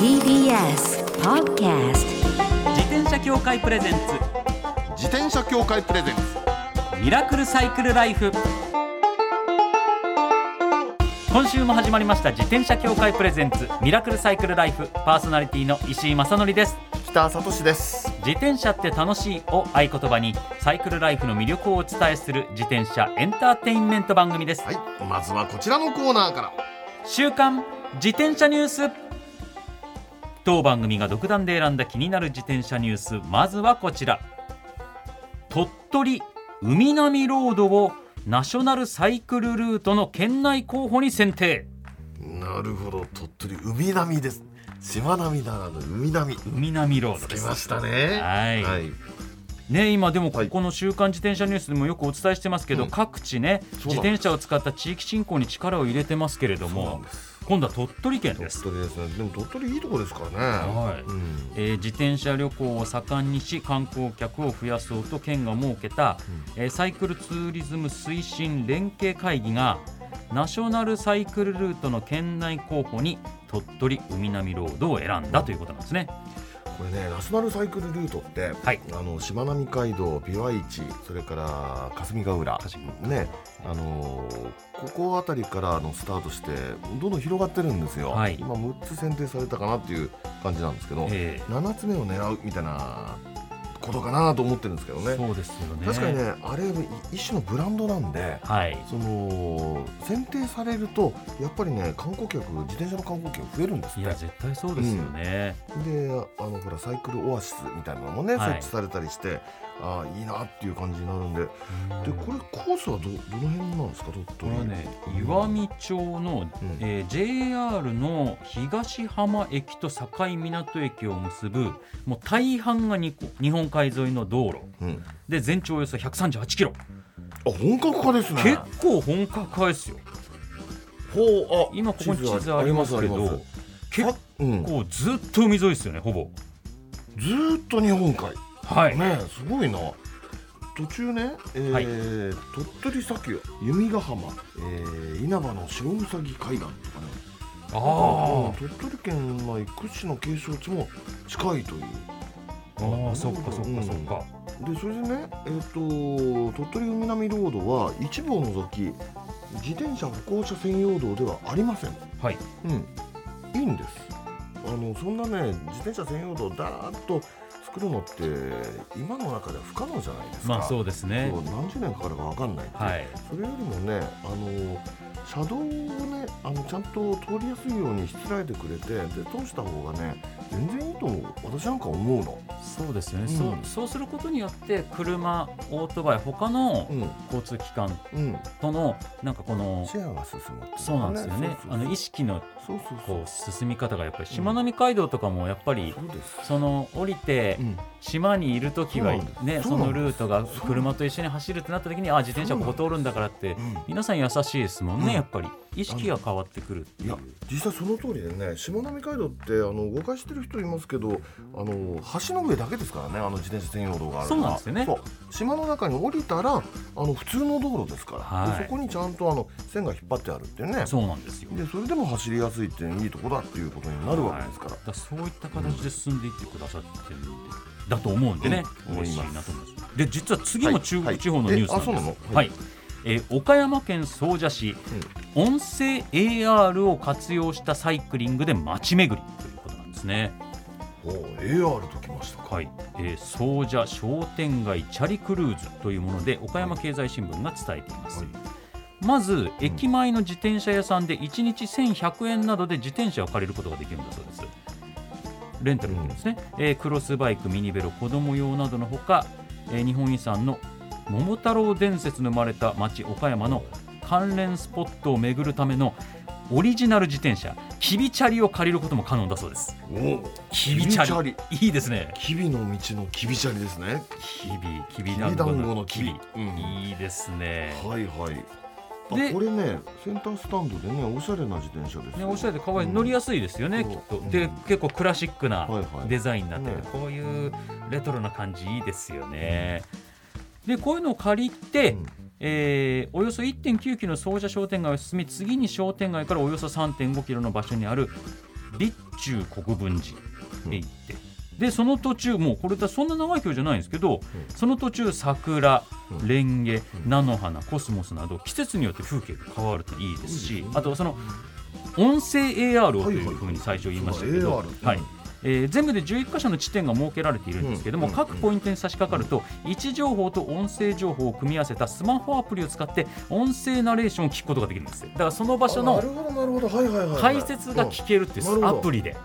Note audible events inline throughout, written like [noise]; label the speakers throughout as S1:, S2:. S1: TBS Podcast
S2: 自転車協会プレゼンツ
S3: 自転車協会プレゼンツ
S2: ミラクルサイクルライフ今週も始まりました自転車協会プレゼンツミラクルサイクルライフパーソナリティの石井正則です
S3: 北里です
S2: 自転車って楽しいを合言葉にサイクルライフの魅力をお伝えする自転車エンターテインメント番組です、
S3: はいまずはこちらのコーナーから
S2: 週刊自転車ニュース当番組が独断で選んだ気になる自転車ニュースまずはこちら鳥取海南ロードをナショナルサイクルルートの県内候補に選定
S3: なるほど鳥取海並です島並ならぬ海並つ
S2: 海南ロードで
S3: き
S2: す
S3: ましたね
S2: はいね、今でもこ
S3: はい
S2: この週刊自転車ニュースでもよくお伝えしてますけど、
S3: うん
S2: 各地ね
S3: そうなんです
S2: 自転車を使った地域振興に力を入れてますけれど
S3: そうなん
S2: も
S3: です
S2: 今度は鳥取県で
S3: 鳥
S2: す、
S3: 取ですねでも鳥取いいとこですからね
S2: はい
S3: うん
S2: えー自転車旅行を盛んにし観光客を増やそうと県が設けた、えーサイクルツーリズム推進連携会議がナショナルサイクルルートの県内候補に鳥取海南ロードを選んだということなんですね。
S3: これねナショナルサイクルルートって、
S2: はい
S3: あのしまなみ海道琵琶市それから霞ヶ浦
S2: 霞
S3: ねあのーここあたりからあのスタートしてどんどん広がってるんですよ、
S2: はい
S3: 今6つ選定されたかなっていう感じなんですけど、
S2: え
S3: 7つ目を狙うみたいなことかなと思ってるんですけど
S2: ー
S3: ね
S2: そうですよね
S3: 確かにねあれ一種のブランドなんで
S2: はい
S3: その選定されるとやっぱりね観光客自転車の観光客増えるんです
S2: い
S3: っ
S2: や
S3: て
S2: 絶対そうですよね。
S3: であのほらサイクルオアシスみたいなのもね、
S2: はい
S3: 設置されたりしてああいいなっていう感じになるんでで
S2: うん
S3: これコースはどどの辺なんですか鳥
S2: これ
S3: 取
S2: はね、岩見町の、
S3: うん
S2: えー JR の東浜駅と境港駅を結ぶもう大半がにこ日本海沿いの道路
S3: うん、
S2: で全長およそ138キロ
S3: あ本格化ですね
S2: 結構本格派ですよ
S3: 構
S2: 今ここに地図ありますけど結
S3: うん、ず
S2: 構ずっと海沿いですよねほぼ
S3: ーっと日本海
S2: はい
S3: ねえすごいな途中ね、えー
S2: はい
S3: 鳥取砂丘弓ヶ浜、えー稲葉の白うさぎ海岸とかね
S2: あ
S3: 鳥取県内屈指の景勝地も近いという
S2: ーあーそっかそっかそっか、
S3: でそれでね、えー、と鳥取南ロードは一部を除き自転車歩行者専用道ではありません、
S2: はい
S3: うん、いいんですあのそんなね自転車専用道をだーっと作るのって今の中では不可能じゃないですか、
S2: まあそうですね
S3: そう何十年かかるか分かんないんで、
S2: はい
S3: それよりもねあの車道をねあのちゃんと通りやすいようにしつらえてくれてで通した方がね全然いいと私なんか思うの。
S2: そうですよね、
S3: うん
S2: そうそうすることによって車オートバイ他の
S3: うん
S2: 交通機関
S3: うん、
S2: とのなんかこの
S3: シェアが進むっていかね
S2: そうなんですよね
S3: そうそうそう
S2: あの意識の
S3: そうそうそう
S2: こう進み方がやっぱりしまなみ海道とかもやっぱり
S3: そうです
S2: その降りて
S3: うん
S2: 島にいる時は
S3: そうなんです
S2: ねそ
S3: そ
S2: う
S3: な
S2: の
S3: んです
S2: ルートが車と一緒に走るってなった時にあ自転車ここ通るんだからって
S3: う
S2: 皆さん優しいですもんね、
S3: うん
S2: やっぱり意識が変わってくるって
S3: ん、い
S2: いう
S3: や実際その通りでねしまなみ海道ってあの誤解してる人いますけどあの橋の上だけですからねあの自転車専用道があるのは
S2: そうなんですよね
S3: そう島の中に降りたらあの普通の道路ですから、
S2: はい
S3: でそこにちゃんとあの線が引っ張ってあるっていうね
S2: そうなんですよだ
S3: でそれでも走りやすいっていういいとこだっていうことになるわけですから、
S2: からそういった形で進んでいってくださってるんで、だと思うんでね、
S3: うん
S2: 嬉しいなと思いますで実は次も中
S3: はい
S2: 国地方のニュースなんです、
S3: はいえあそう
S2: は
S3: なのはいい
S2: えー岡山県総社市、音声 AR を活用したサイクリングで街巡りということなんですね。
S3: おう AR ときましたか、
S2: はい、えー、総社商店街チャリクルーズというもので岡山経済新聞が伝えています、
S3: はい
S2: まず駅前の自転車屋さんで1日1100円などで自転車を借りることができるんだそうですレンタルできるんですね、えークロスバイクミニベロ子供用などのほか、えー日本遺産の桃太郎伝説の生まれた町岡山の関連スポットを巡るためのオリジナル自転車キビチャリを借りることも可能だそうです
S3: おう
S2: キビチャリ
S3: キビチャリ
S2: いいですね
S3: 日々の道のきびちゃりですね
S2: きびきび団子のきび
S3: きび団子のきびうん
S2: いいですね
S3: はいはい
S2: で
S3: あこれねセンタースタンドでねおしゃれな自転車です
S2: ね
S3: よ
S2: おしゃれで可愛い、
S3: うん
S2: 乗りやすいですよね
S3: そう
S2: きっと
S3: うん
S2: で結構クラシックな
S3: はいはい
S2: デザインになってて、
S3: ね
S2: こういうレトロな感じいいですよね、でこういうのを借りて、
S3: うん
S2: えーおよそ1.9キロの総社商店街を進み次に商店街からおよそ3.5キロの場所にある立中国分寺へ行って、でその途中もうこれだそんな長い距離じゃないんですけど、その途中桜
S3: うん
S2: レンゲ、菜の花コスモスなど季節によって風景が変わるといいですし、あとその音声 AR をというふうに最初言いましたけど、
S3: はいはいそうだ
S2: は
S3: AR
S2: いえー全部で11箇所の地点が設けられているんですけども、
S3: うん
S2: 各ポイントに差し掛かると位置情報と音声情報を組み合わせたスマホアプリを使って音声ナレーションを聞くことができるんですよだからその場所
S3: あな
S2: の
S3: るほどなるほどはいはいはい、はい、
S2: 解説が聞けるってい
S3: なる
S2: う
S3: ほ
S2: ア
S3: ど
S2: プリで、
S3: うん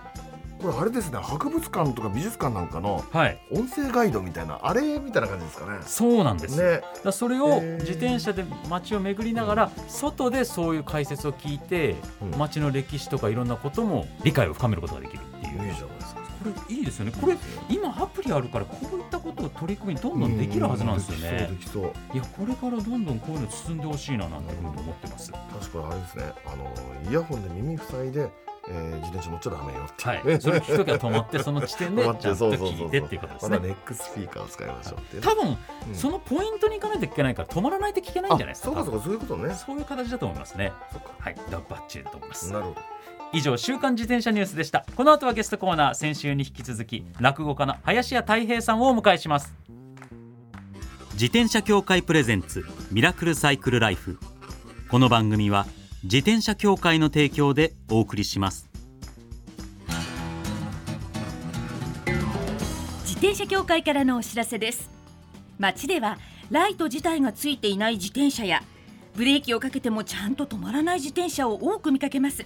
S3: これあれですね博物館とか美術館なんかの
S2: はい、
S3: 音声ガイドみたいなあれみたいな感じですかね
S2: そうなんです、
S3: ね
S2: だからそれ
S3: へ
S2: を
S3: ー
S2: 自転車で街を巡りながら外でそういう解説を聞いて
S3: うん
S2: 街の歴史とかいろんなことも理解を深めることができるっていう
S3: いいじゃないですか
S2: これいいですよねこれ今アプリあるからこういったことを取り組みどんどんできるはずなんですよね
S3: うんできそうでき
S2: いやこれからどんどんこういうの進んでほしいななんていうふうに思ってますは
S3: そう確かにあれですねあのイヤホンで耳塞いで、えー、自転車持っちゃダメよって [laughs] いうね、
S2: いそれ聞くときは止まってその地点でちゃんと聞いてっていうことです
S3: まだ
S2: ね
S3: ネックスピーカーを使いましょうっていうね、
S2: 多分
S3: うん
S2: そのポイントに行かないといけないから止まらないと聞けないんじゃないですか
S3: あそうかそうかそういうことね
S2: そういう形だと思いますね
S3: そうか
S2: はいだからバッチリだと思います
S3: なるほど
S2: 以上週刊自転車ニュースでしたこの後はゲストコーナー先週に引き続き落語家の林家太平さんをお迎えします自転車協会プレゼンツミラクルサイクルライフこの番組は自転車協会の提供でお送りします
S1: 自転車協会からのお知らせです街ではライト自体がついていない自転車やブレーキをかけてもちゃんと止まらない自転車を多く見かけます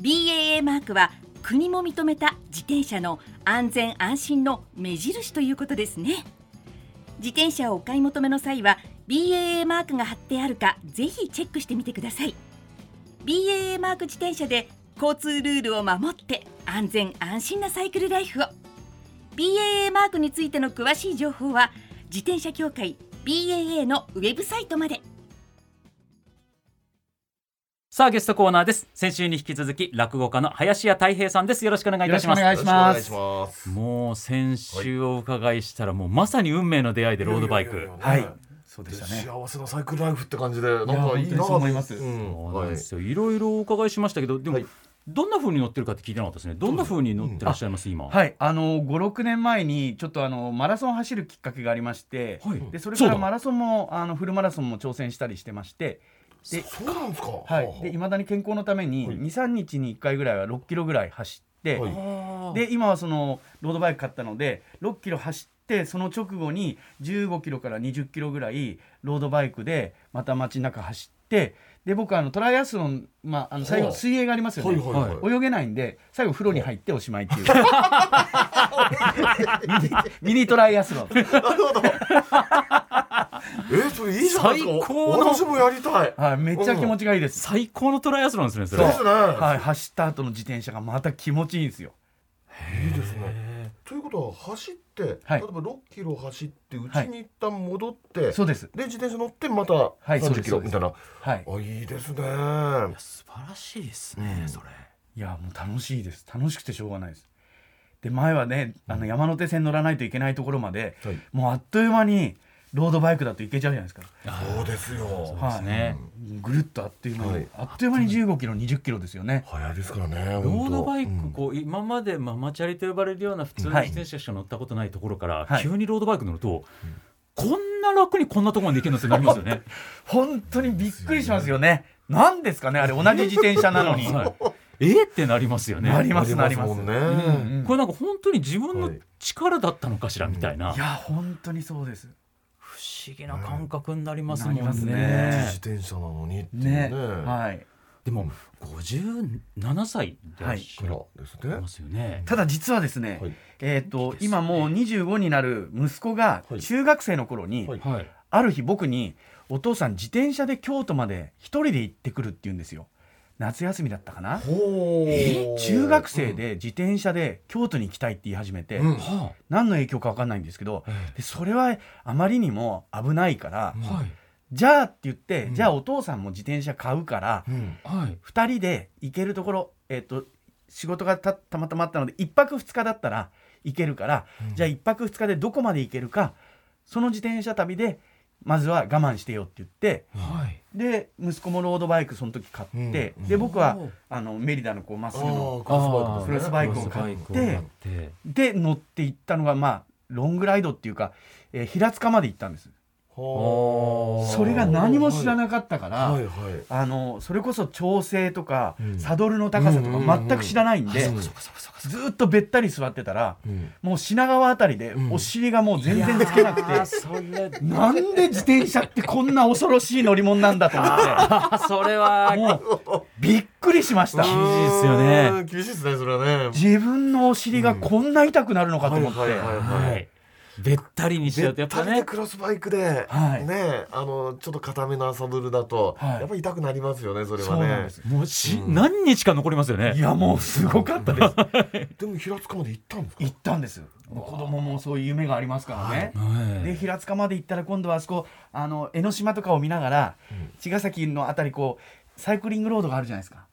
S1: BAA マークは国も認めた自転車の安全安心の目印ということですね自転車をお買い求めの際は BAA マークが貼ってあるかぜひチェックしてみてください BAA マーク自転車で交通ルールを守って安全安心なサイクルライフを BAA マークについての詳しい情報は自転車協会 BAA のウェブサイトまで
S2: さあゲストコーナーです先週に引き続き落語家の林家太平さんですよろしくお願いいたします
S4: よろしくお願いします
S3: よろしくお願いします
S2: もう先週お伺いしたらもうまさに運命の出会いでロードバイク
S3: いやいやいや
S4: はいそうでしたね
S3: 幸せなサイクルライフって感じでなん
S4: いや
S3: かいいな
S4: 本当にそう思います
S3: ん
S2: そうなん
S3: は
S2: で
S3: い
S2: すよ、いろいろお伺いしましたけどでも、
S3: はい
S2: どんな風に乗ってるかって聞いてなかったですねどんな風に乗ってらっしゃいます、今は
S4: はい、あの五六年前にちょっとあのマラソン走るきっかけがありまして、
S2: はい
S4: でそれ
S2: そう
S4: か
S2: だ
S4: らマラソンもあのフルマラソンも挑戦したりしてまして、で
S3: そうなんですか
S4: はい、で未だに健康のために
S3: はい
S4: 二三日に一回ぐらいは六キロぐらい走って、
S3: はい
S4: で今はそのロードバイク買ったので6キロ走ってその直後に15キロから20キロぐらいロードバイクでまた街中走ってで僕はあのトライアスロン、まあ、あの最
S3: は
S4: 後
S3: あ
S4: 水泳がありますよ
S3: はい
S4: ね、
S3: はいはい
S4: 泳げないんで最後風呂に入っておしまいっていうミニミニトライアスロン
S3: えーそれいいじゃないです
S2: 最
S3: か
S2: 高の
S3: 私もやりたい
S4: はいめっちゃ気持ちがいいです、
S2: 最高のトライアスロンですねそれ
S3: そうで
S2: は
S3: すね
S4: はい、走った後の自転車がまた気持ちいいんですよ
S3: いいですねということは走って例えば
S4: はい
S3: 6キロ走ってうち
S4: はい
S3: に一旦戻って
S4: そうです
S3: で自転車乗ってまた30キロみたいな
S4: は
S3: あ
S4: い
S3: いいですね
S2: いや素晴らしいですね、
S3: うん
S2: それ
S4: いやもう楽しいです楽しくてしょうがないですで前はねあの山手線乗らないといけないところまで、
S3: はい
S4: もうあっという間にロードバイクだと行けちゃうじゃないですか
S3: そうですよ
S2: そうですね、
S4: ぐるっとあっという間に、
S3: はい
S4: あっという間に15キロ20キロですよね
S3: 早いですからね
S2: ロードバイク、
S3: 本当
S2: こう今までママチャリと呼ばれるような普通の
S4: は
S2: 自
S4: い
S2: 転車しか乗ったことないところから、
S4: はい
S2: 急にロードバイク乗ると、こんな楽にこんなところまで行けるのってなりますよ
S4: [laughs]
S2: ね。
S4: 本当にびっくりしますよねなんですかねあれ同じ自転車な [laughs] のに、
S2: はい、えーってなりますよね。
S4: な
S3: うん
S4: りますなります
S3: もんね
S4: うんうん
S2: これなんか本当に自分の
S3: はい
S2: 力だったのかしらみたいな、
S4: いや本当にそうです
S2: 不思議な感覚になりますもんね。
S4: なります
S3: 自
S4: ね
S3: 転車なのにっていう
S4: ね
S3: ね
S4: はい
S2: でも57歳でいらっしゃ
S3: か
S2: い
S3: らですね
S2: ますよね。
S4: ただ実はですね、
S3: はい
S4: えっ、と今もう25になる息子が
S3: はい
S4: 中学生の頃に、
S3: はい
S2: はい。
S4: ある日僕にお父さん自転車で京都まで一人で行ってくるって言うんですよ夏休みだったかな
S3: ほう
S4: 中学生で自転車で京都に行きたいって言い始めて、
S3: うん
S2: は
S4: 何の影響か分かんないんですけど
S2: あ、え
S4: でそれはあまりにも危ないから、
S2: えはい
S4: じゃあって言って、
S2: うん
S4: じゃあお父さんも自転車買うから、
S3: うん
S2: はい
S4: 2人で行けるところ、えっと仕事がたたまたまあったので1泊2日だったら行けるから、
S2: うん
S4: じゃあ1泊2日でどこまで行けるかその自転車旅でまずは我慢してよって言って
S2: はい
S4: で息子もロードバイクその時買って、
S3: うん
S4: で僕は
S2: おー
S4: あのメリダのこうまっす
S3: あ
S4: ぐの
S3: ークロスバイクですね
S4: クロスバイクを買って
S2: クロスバイクを買って
S4: で乗って行ったのがまあロングライドっていうか、えー平塚まで行ったんです。
S2: おー
S4: それが何も知らなかったから、
S3: はいはい
S4: あのそれこそ調整とか、
S3: うん
S4: サドルの高さ
S3: う
S4: と
S3: んうんう
S4: か
S3: ん
S4: 全く知らないんで、
S3: あそうか
S4: ず
S3: そうかそうかそうか
S4: ーっとべったり座ってたら
S3: うん
S4: もう品川あたりで
S3: ん
S4: お尻がもう全然つけなく
S2: あー
S4: て、
S2: それ
S4: なんで自転車ってこんな恐ろしい乗り物なんだと思
S2: あそれは
S4: ってもうびっくりしました
S2: 厳しいっすよね
S3: うーん厳しいですねそれはね
S4: 自分のお尻がこんな痛くなるのかと思って、
S3: はいはいはい
S2: [laughs] はいべったりにしちゃうと
S3: で
S2: やっぱ
S3: 旅で
S2: ね
S3: クロスバイクで、
S4: はい
S3: ねあのちょっと固めのサドルだと、
S4: はい
S3: やっぱり痛くなりますよねそれ
S4: そ
S3: は
S4: うなん
S3: ね
S4: です
S2: もうし、
S3: うん
S2: 何日か残りますよね
S4: いやもうすごかっ
S3: [laughs]
S4: たです
S3: でも平塚まで行ったんですか
S4: 行ったんです子供もそういう夢がありますからね、
S2: はい
S4: で平塚まで行ったら今度はあそこあの江ノ島とかを見ながら、茅ヶ崎のあたりこうサイクリングロードがあるじゃないですか、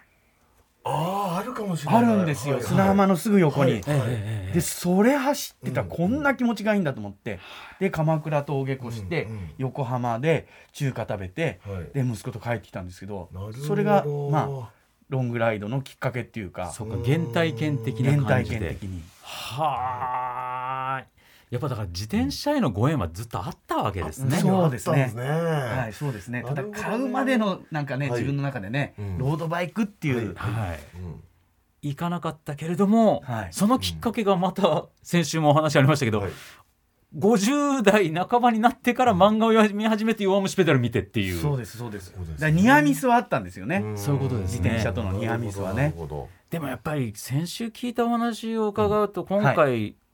S3: あああるかもしれな
S4: あ
S3: い
S4: るんですよ、
S3: はいはい
S4: 砂浜のすぐ横に、
S3: はい
S2: ええええええ
S4: でそれ走ってたら
S3: うん
S4: こんな気持ちがいいんだと思って、で鎌倉峠越して、
S3: うんうん
S4: 横浜で中華食べて、
S3: はい
S4: で息子と帰ってきたんですけど
S3: なるほど
S4: それがまあロングライドのきっかけっていうか
S2: そっか原体験的な
S4: 原
S2: 感
S4: 体
S2: じ
S4: 験
S2: で
S4: 的に
S2: はーいやっぱだから自転車へのご縁はずっとあったわけですね
S4: あそうですね
S3: あったんですね
S4: はいそうですねた
S3: な
S4: だ
S3: るほどね
S4: 買うまでのなんかね、
S3: はい
S4: 自分の中でね、
S3: うん
S4: ロードバイクっていう、
S2: はい
S3: うん
S2: 行かなかったけれども、
S4: はい
S2: そのきっかけがまた先週もお話ありましたけど、
S3: はい
S2: 50代半ばになってから漫画を読み始めて「弱虫ペダル」見てっていう
S4: そうですそうです
S3: そうですね
S4: だからニアミスはあったんですよね、
S3: ん
S2: そういうことですね
S4: 自転車とのニアミスは
S3: なる
S4: ね
S3: ほど
S2: でもやっぱり先週聞いたお話を伺うと、今回、
S4: は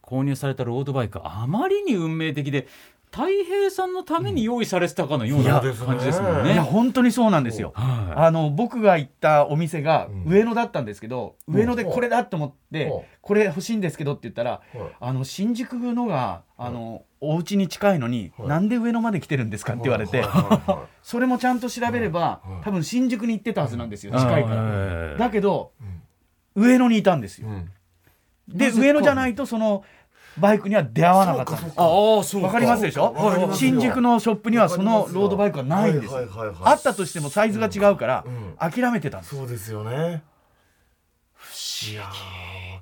S2: 購入されたロードバイクあまりに運命的で太平さんのために用意されてたかのような
S3: うんいや
S2: 感じですもん
S3: ね
S4: い
S2: ね。
S4: や本当にそうなんですよ
S2: は
S4: あの僕が行ったお店が
S3: うん
S4: 上野だったんですけど、
S3: うん
S4: 上野でこれだと思って、
S3: うん
S4: これ欲しいんですけどって言ったら、
S3: はい
S4: あの新宿のがあの、お家に近いのに、
S3: はい
S4: なんで上野まで来てるんですかって言われて、
S3: はいはいはい
S4: それもちゃんと調べれば、
S3: うん
S4: 多分新宿に行ってたはずなんですよ、
S2: い
S4: 近いから、
S2: ら
S4: だけど
S3: うん
S4: 上野にいたんですよ、
S3: うん
S4: で上野じゃないとそのバイクには出会わなかったんです
S3: そうか
S2: ああそう
S4: [laughs] わかりますでしょ
S3: わかりますよ
S4: 新宿のショップにはそのロードバイクはないんですよ
S3: はいはいはいはい
S4: あったとしてもサイズが違うから
S3: うん
S4: 諦めてたんです
S3: そうですよね不思議わ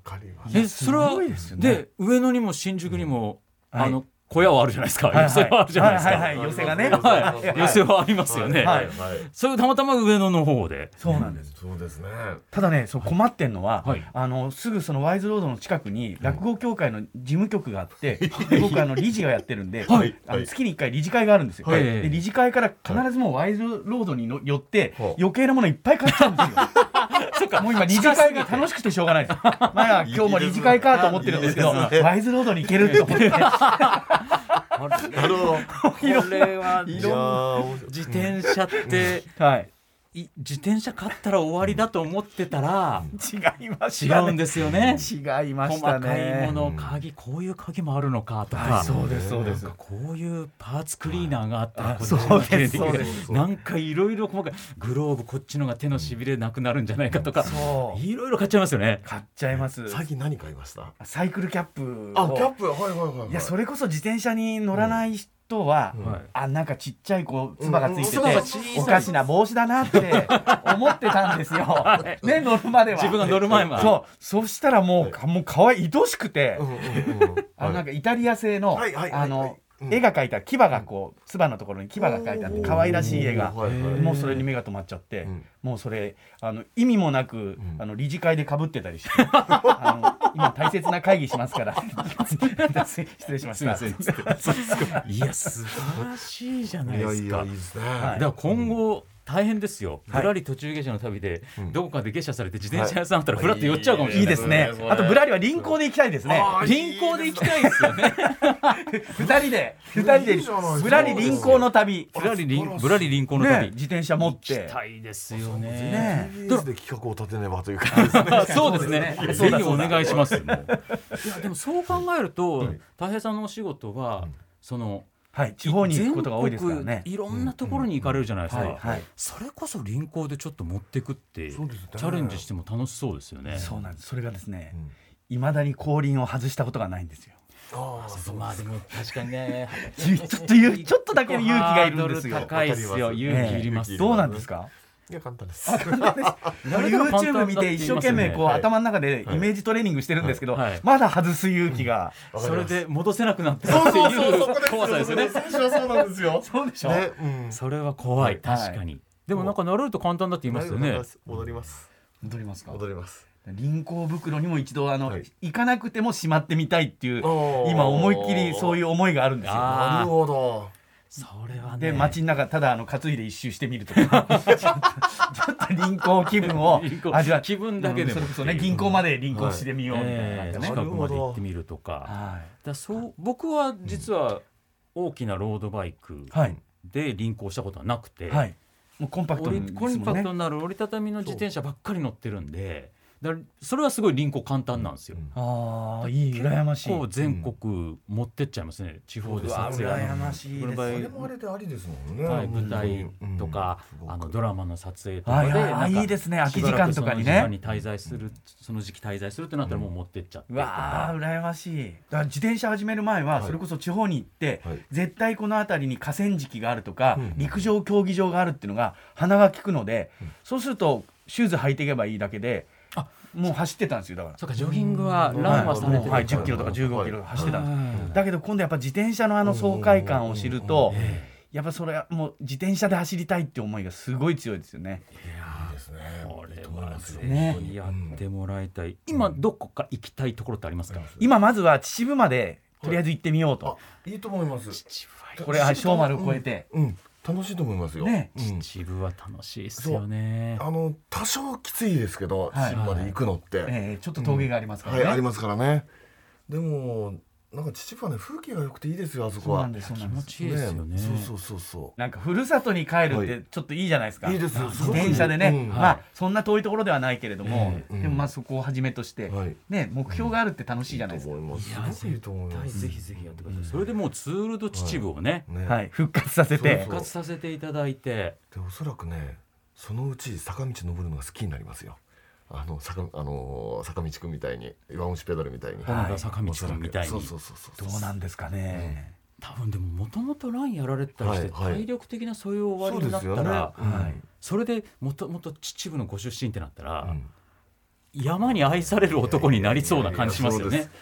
S3: かります
S2: えそれは
S4: すごい
S2: で,、
S4: ですよね
S2: 上野にも新宿にも、
S4: うんはい
S2: あの小屋はあるじゃないですか、
S4: はいはい
S2: 寄せは [laughs] あるじゃないですか、
S4: はいはいはい寄せが
S2: は
S4: ね
S2: い
S3: はい
S2: 寄せはありますよね、
S3: はいはい
S2: それをたまたま上野の方で
S4: そうなんです
S3: そうですね
S4: ただねそう困ってんのは、
S2: はい
S4: あのすぐそのワイズロードの近くに落語協会の事務局があって、僕あの理事がやってるんで、
S2: はい
S4: あの月に1回理事会があるんですよ、
S2: はい
S4: で理事会から必ずもうワイズロードにの寄って、
S3: はい
S4: 余計なものいっぱい買っちゃうんですよ。もう今理事会が楽しくてしょうがないです。まあ今日も理事会かと思ってるんですけど、
S3: いいですね
S4: [laughs] ワイズロードに行けると思って、
S3: なるほ
S4: [laughs]
S3: ど
S2: これはい
S3: やー面白い
S2: 自転車って、
S4: はい、
S2: い自転車買ったら終わりだと思ってたら、
S4: 違いまし
S2: 違
S4: たね。
S2: うんですよね
S4: 違いま
S2: 細
S4: したね。
S2: かいもの鍵こういう鍵もあるのかとか、
S4: はい、そうですそうです
S2: なんか。こういうパーツクリーナーがあったらこっち
S4: そう
S2: が
S4: です
S2: 綺麗に
S4: そうで
S2: なんかいろいろ細かいグローブこっちのが手のしびれなくなるんじゃないかとか
S4: そう
S2: いろいろ買っちゃいますよね。
S4: 買っちゃいます。
S3: 最近何買いました
S4: サイクルキャップを
S3: あキャップはいはいはいはい
S4: いやそ
S3: れ
S4: れこそ自転車に乗らない人は、
S3: うん
S2: はい
S4: あなんかちっちゃいこうつばがついてて、
S3: うんうん
S2: つばが小さい
S4: おかしな帽子だなって [laughs] 思ってたんですよ。ね乗るまでは。
S2: 自分が乗る前は
S4: そうそしたらもうかもう可愛い愛しくて、
S3: うんうん
S4: あのなんかイタリア製の、
S3: はいはいはい
S4: あの、
S3: はいうん
S4: 絵が描いた牙がこうつばのところに牙が描いてあって可愛らしい絵が。
S3: はいはい
S4: もうそれに目が止まっちゃって、
S3: うん
S4: もうそれあの意味もなく、
S3: ん
S4: あの理事会でかぶってた
S2: [laughs]
S4: りしてあの今大切な会議しますから失礼しました
S2: すいまいや素晴らしいじゃない
S3: い
S2: で
S3: や
S2: す
S3: いや
S2: か
S3: いい。ですね
S2: だから今後大変ですよ、ぶ
S4: はい
S2: らり途中下車の旅で、
S3: うん
S2: どこかで下車されて、自転車屋さんあったら、ふらっと寄っちゃうかもしれない
S4: いいです
S5: そ
S4: ね
S5: うですね
S4: あとぶらりは輪行で行きたいですね
S3: あー
S2: 銀行で行きたいですよ [laughs] ね。
S3: いいいじゃな
S4: 二人で二人で
S3: いですか
S4: ぶらり輪行の旅
S2: ぶらりりんぶらり輪行の
S4: ね
S2: 旅、
S4: 自転車持っ
S2: 行き
S4: て
S2: たいですよ
S4: ね
S2: ね。
S3: TBS で企画を立てねばという感じですね
S2: あそうですね。
S4: そ
S2: ぜ
S4: うだ
S2: ひ
S4: そ
S2: お
S4: うだ
S2: 願いします。もういやでもそう考えると
S3: はい、
S2: 大平さんのお仕事はその
S4: はい地方に行くことが多いですからね
S2: 全国いろんなところに行かれるじゃないです
S4: はいは
S2: か
S4: い。
S2: それこそ輪行でちょっと持ってくってチ
S3: そうですね
S2: ャレンジしても楽しそうですよね。
S4: そうなんですそれがですね
S3: うん
S4: いまだに後輪を外したことがないんですよ
S3: ああそう
S2: まあでも確かにね。
S4: ちょっとゆちょっとだけ勇気がいるんですよ
S2: ハードル高いですよ。
S3: わかり
S2: 勇
S3: ます
S2: 気いります。
S3: ええ
S4: どうなんですか
S3: いや簡単です
S2: 誰でも簡単だ
S4: YouTube
S2: って
S4: 見
S2: 言いますよ
S4: て
S2: ね
S4: 一生懸命こう
S3: はい
S4: 頭の中でイメージトレーニングしてるんですけど
S2: はいはい
S4: まだ外す勇気が
S2: それで戻せなくなったっていう怖さですよね。
S3: 選手はそうなんですよ
S4: そうでしょ
S3: ねうん
S2: それは怖い。
S4: はい
S2: 確かに。でもなんか慣れると簡単だって言いますよ
S3: な
S2: ね
S3: り。す戻ります
S4: 戻りますか
S3: 戻ります
S4: 輪行袋にも一度あの、
S3: はい
S4: 行かなくてもしまってみたいっていう
S3: おー
S4: 今思いっきりそういう思いがあるんですよ。
S2: あー
S3: なるほど
S2: それはね。
S4: で街の中ただあの担いで一周してみるとかちょっとちょっと輪行気分を
S2: 輪行
S4: 味わって
S2: 気分だけでも
S4: うんそれこそね銀行まで輪行してみようみたいな
S2: ええ
S4: 感じでね。
S2: 近
S3: なる
S2: くま
S3: ほど
S2: で行ってみるとか
S4: は
S2: だそう僕は実は大きなロードバイク
S4: い、はい
S2: で輪行したことはなくて、
S4: はい、もうコンパクト
S2: 折
S4: に
S2: り
S4: です
S2: コン
S4: も
S2: パ
S4: ん
S2: ク
S4: ね
S2: ト。になる折りたたみの自転車ばっかり乗ってるんでだからそれはすごい輪行簡単なんですよ。
S4: ああいい羨ましい。
S2: こう全国持ってっちゃいますね、地方で撮影
S4: うわ羨
S2: の
S4: ましいです
S2: この場合
S3: それもあれでありですもんね
S2: はい舞台とか、
S3: うん
S2: あの
S3: うん
S2: ドラマの撮影とか
S4: は
S2: で
S4: いはい
S2: な
S4: あ
S2: んか
S4: いいですね空き時間とかに
S2: しばらくその時間
S4: ね。
S2: に滞在するその時期滞在するってなったらもう持ってっちゃって
S4: う
S2: とか
S4: わあ羨ましいだから自転車始める前は
S3: はい
S4: それこそ地方に行って、
S3: はい
S4: 絶対この辺りに河川敷があるとか、
S3: うん
S4: 陸上競技場があるっていうのが鼻が利くので、そうするとシューズ履いていけばいいだけで
S2: あ
S4: もう走ってたんですよだから
S2: そうかジョギングはランはされてる
S4: もう
S2: か
S4: は
S2: ら
S4: い、10キロとか15キロ走ってたんです、
S2: うん
S4: だけど今度やっぱ自転車のあの爽快感を知ると、
S3: うん
S4: やっぱそれはもう自転車で走りたいって思いがすごい強いですよね。
S3: ですね
S2: これはぜ
S4: ね
S2: ひやってもらいたい、今どこか行きたいところってありますか、
S4: 今まずは秩父までとりあえず行ってみようと、
S3: あいいと思います
S4: これは小丸を超えて、
S3: うん楽しいと思いますよ
S4: ね
S3: うん
S2: 秩父は楽しいですよね
S3: あの多少きついですけど
S4: はい
S3: 新まで行くのって
S4: えーちょっと峠がありますから
S3: は
S4: ね。
S3: いありますからねでもなんか秩父はね風景が良くていいですよあそこ
S4: そうな
S3: は
S4: んですそうな
S2: 気
S4: んで
S2: 持
S4: す
S2: ちいいですよね
S3: そうそうそうそ
S4: なんかふるさとに帰るっ
S3: は
S4: てちょっといいじゃないですか、
S3: いいですよす
S4: 自
S3: ごく
S4: 転車でね、
S3: うん
S4: ま
S2: は
S4: あ
S2: い
S4: そんな遠いところではないけれども、
S3: うん
S4: でもまあそこをはじめとして、
S3: うはい
S4: ね目標があるって楽しいじゃない
S3: と
S4: ですか、
S3: 思います
S2: いや
S3: すごくいいと思います
S2: ぜひぜひやってください、それでもうツールド秩父をね、
S3: ね
S4: はい復活させて
S3: そう
S2: 復活させていただいて
S3: でおそらくねそのうち坂道登るのが好きになりますよあの坂,、あのー坂道くんみたいに岩虫ペダルみたいに、
S2: 本田坂道
S3: おそ
S2: く
S3: ら
S2: ん
S3: く
S2: みたい
S3: そ
S2: に
S3: うそうそうそう
S4: どうなんですかね、
S2: 多分でももともとランやられてたりして、
S3: はいはい
S2: 体力的な素養終わりになった
S3: そうです
S2: ら
S3: よねうん
S4: はい
S2: それでもともと秩父のご出身ってなったら、
S3: うん
S2: 山に愛される男になりそうな感じしますよ
S3: いやいやいや
S2: ね。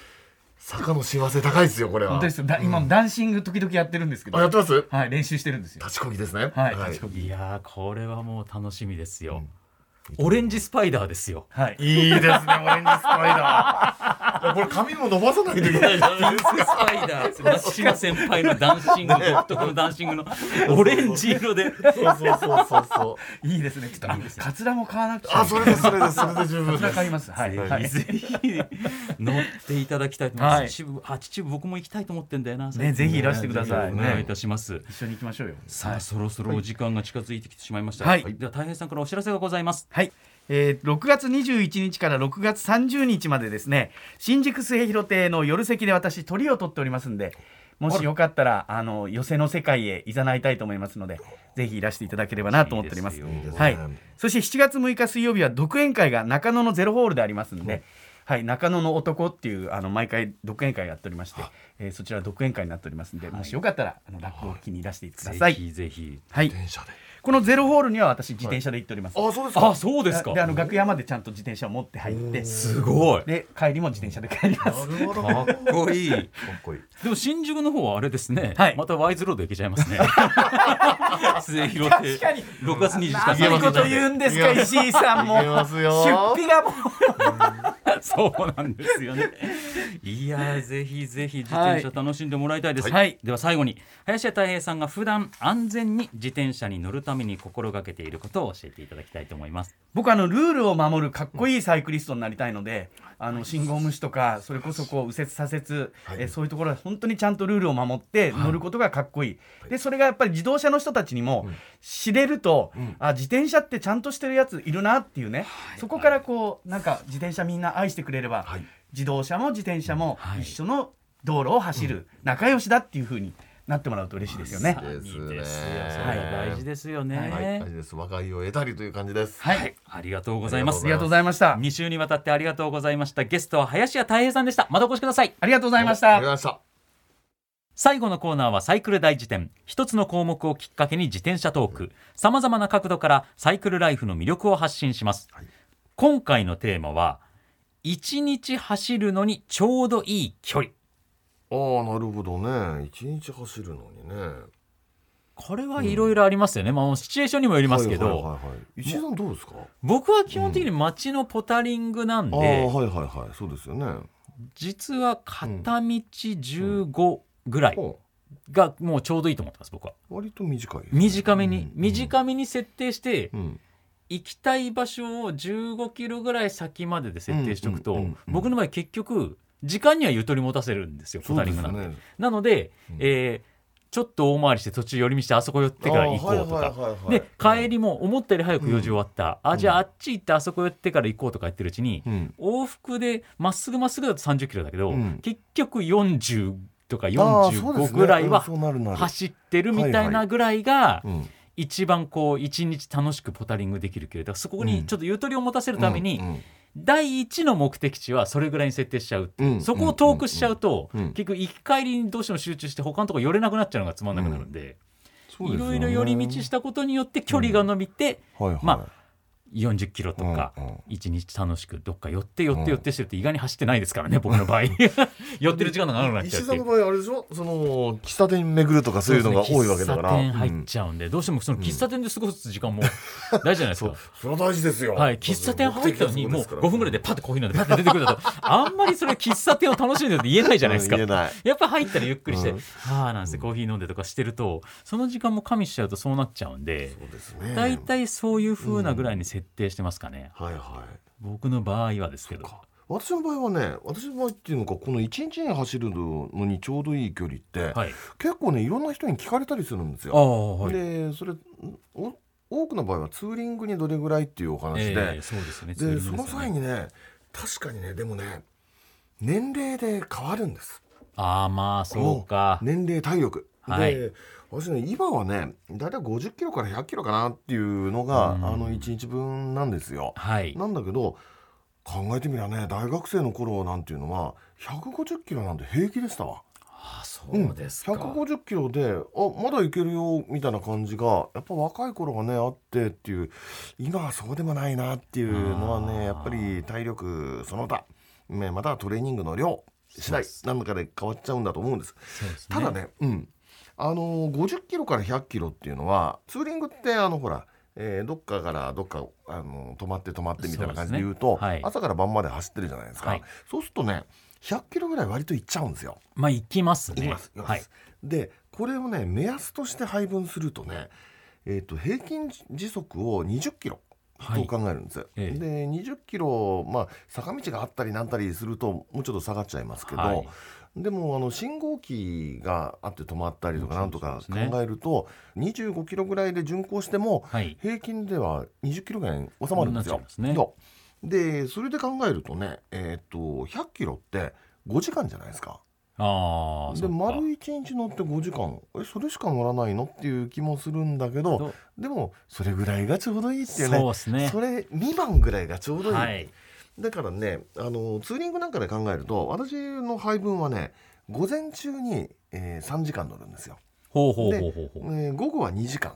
S3: 坂の幸せ高いですよこれは
S4: 本当ですよだ今もダンシング時々やってるんですけど、
S3: あやってます
S4: はい練習してるんですよ
S3: 立ちこぎですね
S4: はい立ちこぎ
S2: いやーこれはもう楽しみですよ。オレンジスパイダーですよ。
S4: はい
S3: いいですねオレンジスパイダーいやこれ髪も伸ばさないといけ
S2: [laughs]
S3: な
S2: オ
S3: い
S2: レンジスパイダー、 [laughs] 松島先輩のダンシング、独特のダンシングのオレンジ色で。
S3: そうそうそうそうそう
S4: いいですねちょっとあカツラも買わなくちゃ
S3: あそれですそれですそれで十
S4: カ
S3: 分
S4: ツ
S3: で
S4: ラ
S3: す
S4: 買いますはい、
S3: はい
S4: はい
S2: ぜひ乗っていただきたいと思います。
S4: はい
S2: 秩父あ秩父僕も行きたいと思ってんだよな。
S4: ねぜひいらしてください
S2: お願いいたします。
S4: 一緒に行きましょうよ
S2: さ
S4: は
S2: あ
S4: い
S2: そろそろお時間が近づいてきてしまいました。
S4: はい
S2: では大平さんからお知らせがございます。
S4: はい、えー、6月21日から6月30日までですね新宿末広亭の夜席で私鳥を取っておりますんでもしよかったらあの寄席の世界へいざないたいと思いますのでぜひいらしていただければなと思っております
S2: いいですよ
S4: はい、そして7月6日水曜日は独演会が中野のゼロホールでありますんで、はい、中野の男っていうあの毎回独演会やっておりまして、えーそちら独演会になっておりますんで、もしよかったらあの落語を気に出してくださ
S2: ぜ
S4: い、
S2: ひぜひ。
S4: はい、
S3: 電車で
S4: このゼロホールには私自転車で行っております、
S3: あそうですか
S2: あそうですか
S4: で。あの楽屋までちゃんと自転車を持って入って
S2: すごい。
S4: で帰りも自転車で帰ります
S3: なるほど
S2: かっこい
S4: [laughs]
S2: い。
S3: かっこいい
S2: でも新宿の方はあれですね。
S4: はい
S2: またワイズロード行けちゃい
S4: [laughs]
S2: ますね。 [laughs] 末広亭。
S4: 確かに
S2: 6月29日
S4: 何
S2: 日
S4: いこと言うんですか石井さんも
S3: いけますよ
S4: 出費がも
S2: [laughs] そうなんですよね。いや
S4: [laughs]
S2: ーぜひぜひ自転車楽しんでもらいたいです。
S4: はい
S2: では最後に林家太平さんが普段安全に自転車に乗るために心がけていることを教えていただきたいと思います。
S4: 僕あのルールを守るかっこいいサイクリストになりたいので、あの信号無視とかそれこそこう右折左折、
S3: はい
S4: えーそういうところは本当にちゃんとルールを守って乗ることがかっこいい、でそれがやっぱり自動車の人たちにも知れると、あ自転車ってちゃんとしてるやついるなっていうね、そこからこうなんか自転車みんな愛してくれれば、
S3: はい
S4: 自動車も自転車も
S2: はい
S4: 一緒の道路を走る仲良しだっていう風になってもらうと嬉しいですよね。
S2: いいですよ。それ
S3: ですね
S2: が大事ですよね。
S3: はい、大事です。和解を得たりという感じです。
S4: はい、
S2: ありがとうございま
S4: あ
S2: す
S4: り。がとうございました。
S2: 2週にわたってありがとうございました。ゲストは林家太平さんでした。またお越しください。
S4: ありがとうご
S3: あ
S4: ざいました。
S3: りがとうございました。
S2: 最後のコーナーはサイクル大辞典一つの項目をきっかけに自転車トークさまざまな角度からサイクルライフの魅力を発信します、
S3: はい
S2: 今回のテーマは一日走るのにちょうどいい距離
S3: ああ、なるほどね。一日走るのにね。
S2: これはいろいろありますよね、まあシチュエーションにもよりますけど、
S3: はいはいはいはい、石井さんどうですか。
S2: 僕は基本的に街のポタリングなん
S3: ああ、
S2: で、
S3: はいはいはい、そうですよね。
S2: 実は片道15ぐらい
S3: お
S2: がもうちょうどいいと思ってます僕は
S3: 割と短い。
S2: 短めに、
S3: うん
S2: 短めに設定して、
S3: うん。
S2: 行きたい場所を15キロぐらい先までで設定しておくと、
S3: うんうんうんうん
S2: 僕の場合結局時間にはゆとり持たせるんですよポ
S3: そ
S2: タ
S3: う
S2: リ
S3: で
S2: ング
S3: す
S2: なんて、
S3: ね。
S2: なので、
S3: うん
S2: えーちょっと大回りして途中寄り道してあそこ寄ってから行こうと
S3: ああ
S2: か。
S3: はいはいはい
S2: で
S3: はい
S2: 帰りも思ったより早く用事終わった、あじゃああっち行ってあそこ寄ってから行こうとか言ってるうちに、
S3: うん。
S2: 往復でまっすぐまっすぐだと30キロだけど、
S3: うん
S2: 結局40とか
S3: ああそうです
S2: 45
S3: ね
S2: ぐらいは
S3: うんそうなるなる
S2: 走ってるみたいなぐらいが、
S3: うん
S2: 一番こう一日楽しくポタリングできるけれどそこにちょっとゆとりを持たせるために、
S3: うん
S2: 第一の目的地はそれぐらいに設定しちゃうっていう、
S3: うん
S2: そこを遠くしちゃうと、
S3: うんうん
S2: 結局行き帰りにどうしても集中して他のとこ寄れなくなっちゃうのがつまんなくなるんで,、
S3: そう
S2: い
S3: ですよ
S2: ろ
S3: ね
S2: いろ寄り道したことによって距離が伸びて、
S3: はいはい
S2: ま40キロとか。
S3: うんうん
S2: 一日楽しくどっか寄って寄って寄ってしてるって意外に走ってないですからね、僕の
S3: [laughs]
S2: 場合寄ってる時間が長くなっちゃうっ
S3: 石井
S2: て
S3: さ
S2: い
S3: ん
S2: う
S3: の場合あれでしょその喫茶店巡るとかそういうのが多いわけだから
S2: 喫茶店入っ
S3: ゃ
S2: ちゃうんで、どうしてもその喫茶店で過ごす時間も大事じゃないですか
S3: うんそれは大事ですよ
S2: はい、喫茶店入ったのにもう5分ぐらいで
S3: ッ
S2: パッてコーヒー飲んでパッて出てくるだとあんまりそれ喫茶店を楽しんでるって言えないじゃないですか。
S3: 言えない
S2: やっぱ入ったらゆっくりして、
S3: うん
S2: はあなんせコーヒー飲んでとかしてるとその時間も加味しちゃうとそうなっちゃうんで
S3: そうですね
S2: 大体そういう風なぐらいに設定してますかね、
S3: はいはい
S2: 僕の場合はですけど
S3: 私の場合はね私の場合っていうのがこの1日に走るのにちょうどいい距離って、
S2: はい
S3: 結構ねいろんな人に聞かれたりするんです
S2: あ
S3: よ。
S2: あはい
S3: でそれお多くの場合はツーリングにどれぐらいっていうお話で、
S2: ええそうですねツーリン
S3: で
S2: グ
S3: そ
S2: すよ
S3: の
S2: ね
S3: 際にね確かにねでもね年齢で変わるんです
S2: ああまあそうか
S3: 年齢体力
S2: はい
S3: で私ね今はね大体50キロから100キロかなっていうのが、
S2: うん
S3: あの1日分なんですよ。
S2: はい
S3: なんだけど考えてみりゃね大学生の頃なんていうのは150キロなんて平気でしたわ。
S2: あそうですか、
S3: 150キロであまだいけるよみたいな感じがやっぱ若い頃がねあってっていう今はそうでもないなっていうのは
S2: あー
S3: ねやっぱり体力その他、ね、またはトレーニングの量次第なんかで変わっちゃうんだと思うんです。
S2: そうですね
S3: ただね、うん、あのー50キロから100キロっていうのはツーリングってあのほら、えーどっかからどっかあのー止まって止まってみたいな感じで言う
S2: そう
S3: と
S2: ですねはい
S3: 朝から晩まで走ってるじゃないですか、
S2: はい
S3: そうするとね100キロぐらい割といっちゃうんですよ。
S2: まあ行きますね
S3: いますいます
S2: はい
S3: でこれをね目安として配分するとね、えー、と平均時速を20キロ
S2: はい
S3: と考えるんです、
S2: ええ
S3: で20キロ、まあ、坂道があったりなんたりするともうちょっと下がっちゃいますけど、
S2: はい
S3: でもあの信号機があって止まったりとかなんとか
S2: そうですね
S3: 考えると、25キロぐらいで巡航しても
S2: はい
S3: 平均では20キロぐらいに収まるんです
S2: なっちゃ
S3: よ
S2: い。ますね
S3: そうでそれで考えるとね、えー、と100キロって5時間じゃないですか。
S2: ああ
S3: で丸1日乗って5時間えそれしか乗らないのっていう気もするんだけど
S2: ど
S3: でもそれぐらいがちょうどいいっていうね
S2: そうですね
S3: それ未満ぐらいがちょうどいい、
S2: はい
S3: だからねあのツーリングなんかで考えると私の配分はね午前中に、えー3時間乗るんですよ、
S2: ほうほうほうほうほう
S3: えー午後は2時間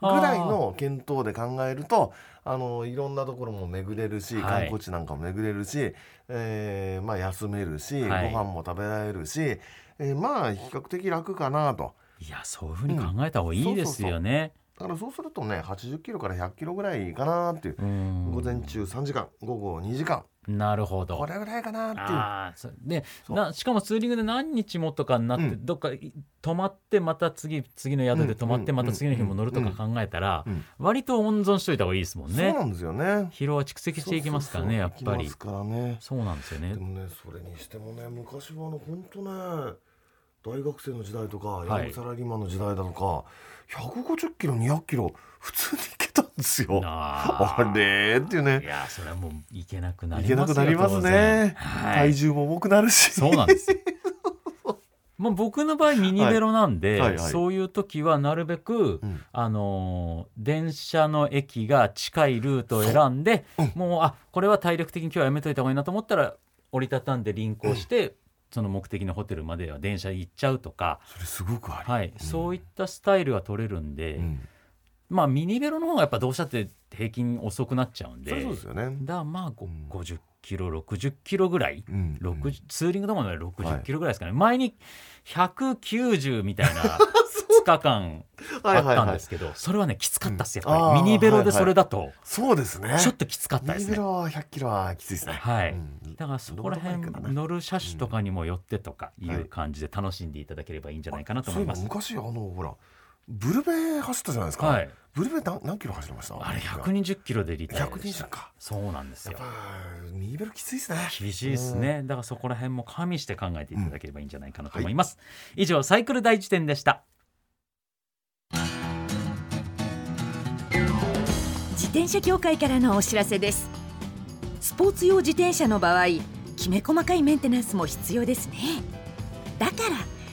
S3: ぐらいの検討で考えるとあのいろんなところも巡れるし
S2: はい
S3: 観光地なんかも巡れるし、えーまあ、休めるし、
S2: はい
S3: ご飯も食べられるし、えーまあ比較的楽かなと
S2: いやそういうふうに考えた方がいいですよね、
S3: だからそうするとね80キロから100キロぐらいかなっていう
S2: うん
S3: 午前中3時間午後2時間
S2: なるほど
S3: これぐらいかなっていう
S2: ああそうで
S3: そう
S2: なしかもツーリングで何日もとかになって、
S3: うん
S2: どっかい泊まってまた次次の宿で泊まって
S3: うん
S2: また次の日も乗るとか考えたら、
S3: うんうん
S2: 割と温存しといた方がいいですもん
S3: そう
S2: ね
S3: なんですよね
S2: 疲労は蓄積していきますからね
S3: そ
S2: や
S3: う
S2: っ
S3: そうそ
S2: ぱ
S3: ういきま
S2: り
S3: すからね
S2: そうなんですよね
S3: でもねそれにしてもね昔はあの本当ね大学生の時代とかヤングサラリーマンの時代だとか、150キロ200キロ普通に行けたんですよ。
S2: あー
S3: あれーっていう
S2: い
S3: ね
S2: やそれはもういけなくな
S3: 行
S2: り
S3: けな
S2: ます
S3: く
S2: よ
S3: なります
S2: 当然
S3: ね、
S2: は
S3: 体
S2: い、
S3: 重も重くなるし
S2: そうなん
S3: [laughs]
S2: ですよまあ僕の場合ミニベロなんで、
S3: はいはいはい
S2: そういう時はなるべく、
S3: うん
S2: あのー電車の駅が近いルートを選んで、もうあこれは体力的に今日はやめといた方がいいなと思ったら折りたたんで輪行して、その目的のホテルまでは電車行っちゃうとか、
S3: それすごくあり、
S2: はい
S3: ん
S2: そういったスタイルが取れるんで、
S3: うん
S2: まあミニベロの方がやっぱどうしたって平均遅くなっちゃうん
S3: それ
S2: で
S3: そうですよね。
S2: だからまあご
S3: うん
S2: 50キロ60キロぐらい。
S3: うん
S2: 60
S3: うん
S2: ツーリングとかまで
S3: は
S2: 60
S3: い
S2: キロぐらいですかね、前に190みた
S3: [laughs]
S2: いな2日間
S3: はい
S2: あ
S3: は
S2: っ
S3: い
S2: たん
S3: は
S2: で
S3: い
S2: すけど、それはねきつかったっすやっ
S3: うんあ
S2: ぱり
S3: ー
S2: ミニベロでそれだと
S3: そうですね
S2: ちょっときつかった
S3: 2
S2: で
S3: 0
S2: す
S3: キ
S2: ね。
S3: ロ100キロはきついですね。
S2: はい
S3: うん
S2: だからそこら
S3: ロードバイクだ
S2: 辺
S3: な
S2: 乗る車種とかにもよってとかい
S3: は
S2: う
S3: い
S2: 感じで楽しんでいただければいいんじゃないかなと
S3: そう
S2: 思
S3: い
S2: い
S3: えば
S2: ます。
S3: 昔あのほらブルベ走ったじゃないですか、
S2: はい、
S3: ブルベ何何キロ走りました
S2: あれ120キロでリタイア
S3: 120
S2: でした
S3: か
S2: そうなんです
S3: やっ
S2: よ
S3: ぱ右ベルきついですね
S2: 厳しいですねだからそこら辺も加味して考えていただければいいんじゃないかなと思います、以上サイクル大辞典でした
S1: 自転車協会からのお知らせですスポーツ用自転車の場合きめ細かいメンテナンスも必要ですねだから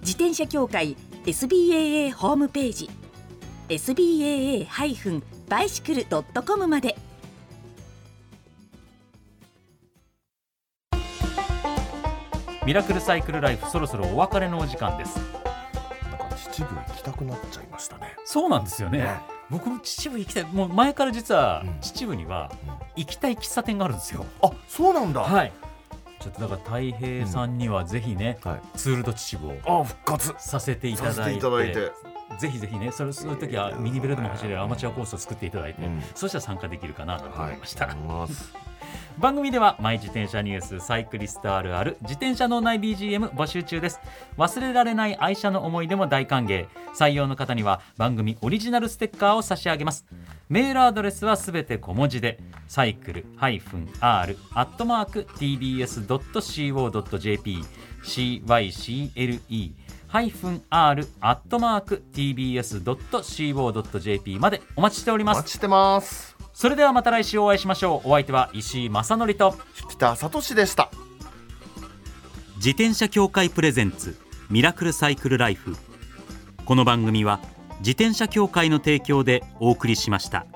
S1: 自転車協会 SBAA ホームページ SBAA-bicycle.com まで
S2: ミラクルサイクルライフそろそろお別れのお時間です
S3: なんか秩父行きたくなっちゃいましたね
S2: そうなんですよね
S3: ね
S2: 僕も秩父行きたいもう前から実は
S3: うん
S2: 秩父には
S3: うん
S2: 行きたい喫茶店があるんですよ、
S3: あそうなんだ
S2: はいちょっとだから太平さんにはぜひね、
S3: はい
S2: ツールド秩父を
S3: あ復活
S2: させていた
S3: させ
S2: だい
S3: て
S2: て
S3: いただいて
S2: ぜひぜひねそれそういう時はミニベルでも走れるアマチュアコースを作っていただいて、
S3: うん
S2: そうしたら参加できるかなと思いました、
S3: ありがとうございます
S2: 番組ではマイ自転車ニュースサイクリストあるある自転車脳内 BGM 募集中です忘れられない愛車の思い出も大歓迎採用の方には番組オリジナルステッカーを差し上げますメールアドレスはすべて小文字でサイクル -r-tbs.co.jp cycle -r-tbs.co.jp までお待ちしており
S3: お
S2: ま
S3: 待
S2: す
S3: ちしてます
S2: それではまた来週お会いしましょうお相手は石井正則と
S3: 北里でした
S2: 自転車協会プレゼンツミラクルサイクルライフこの番組は自転車協会の提供でお送りしました。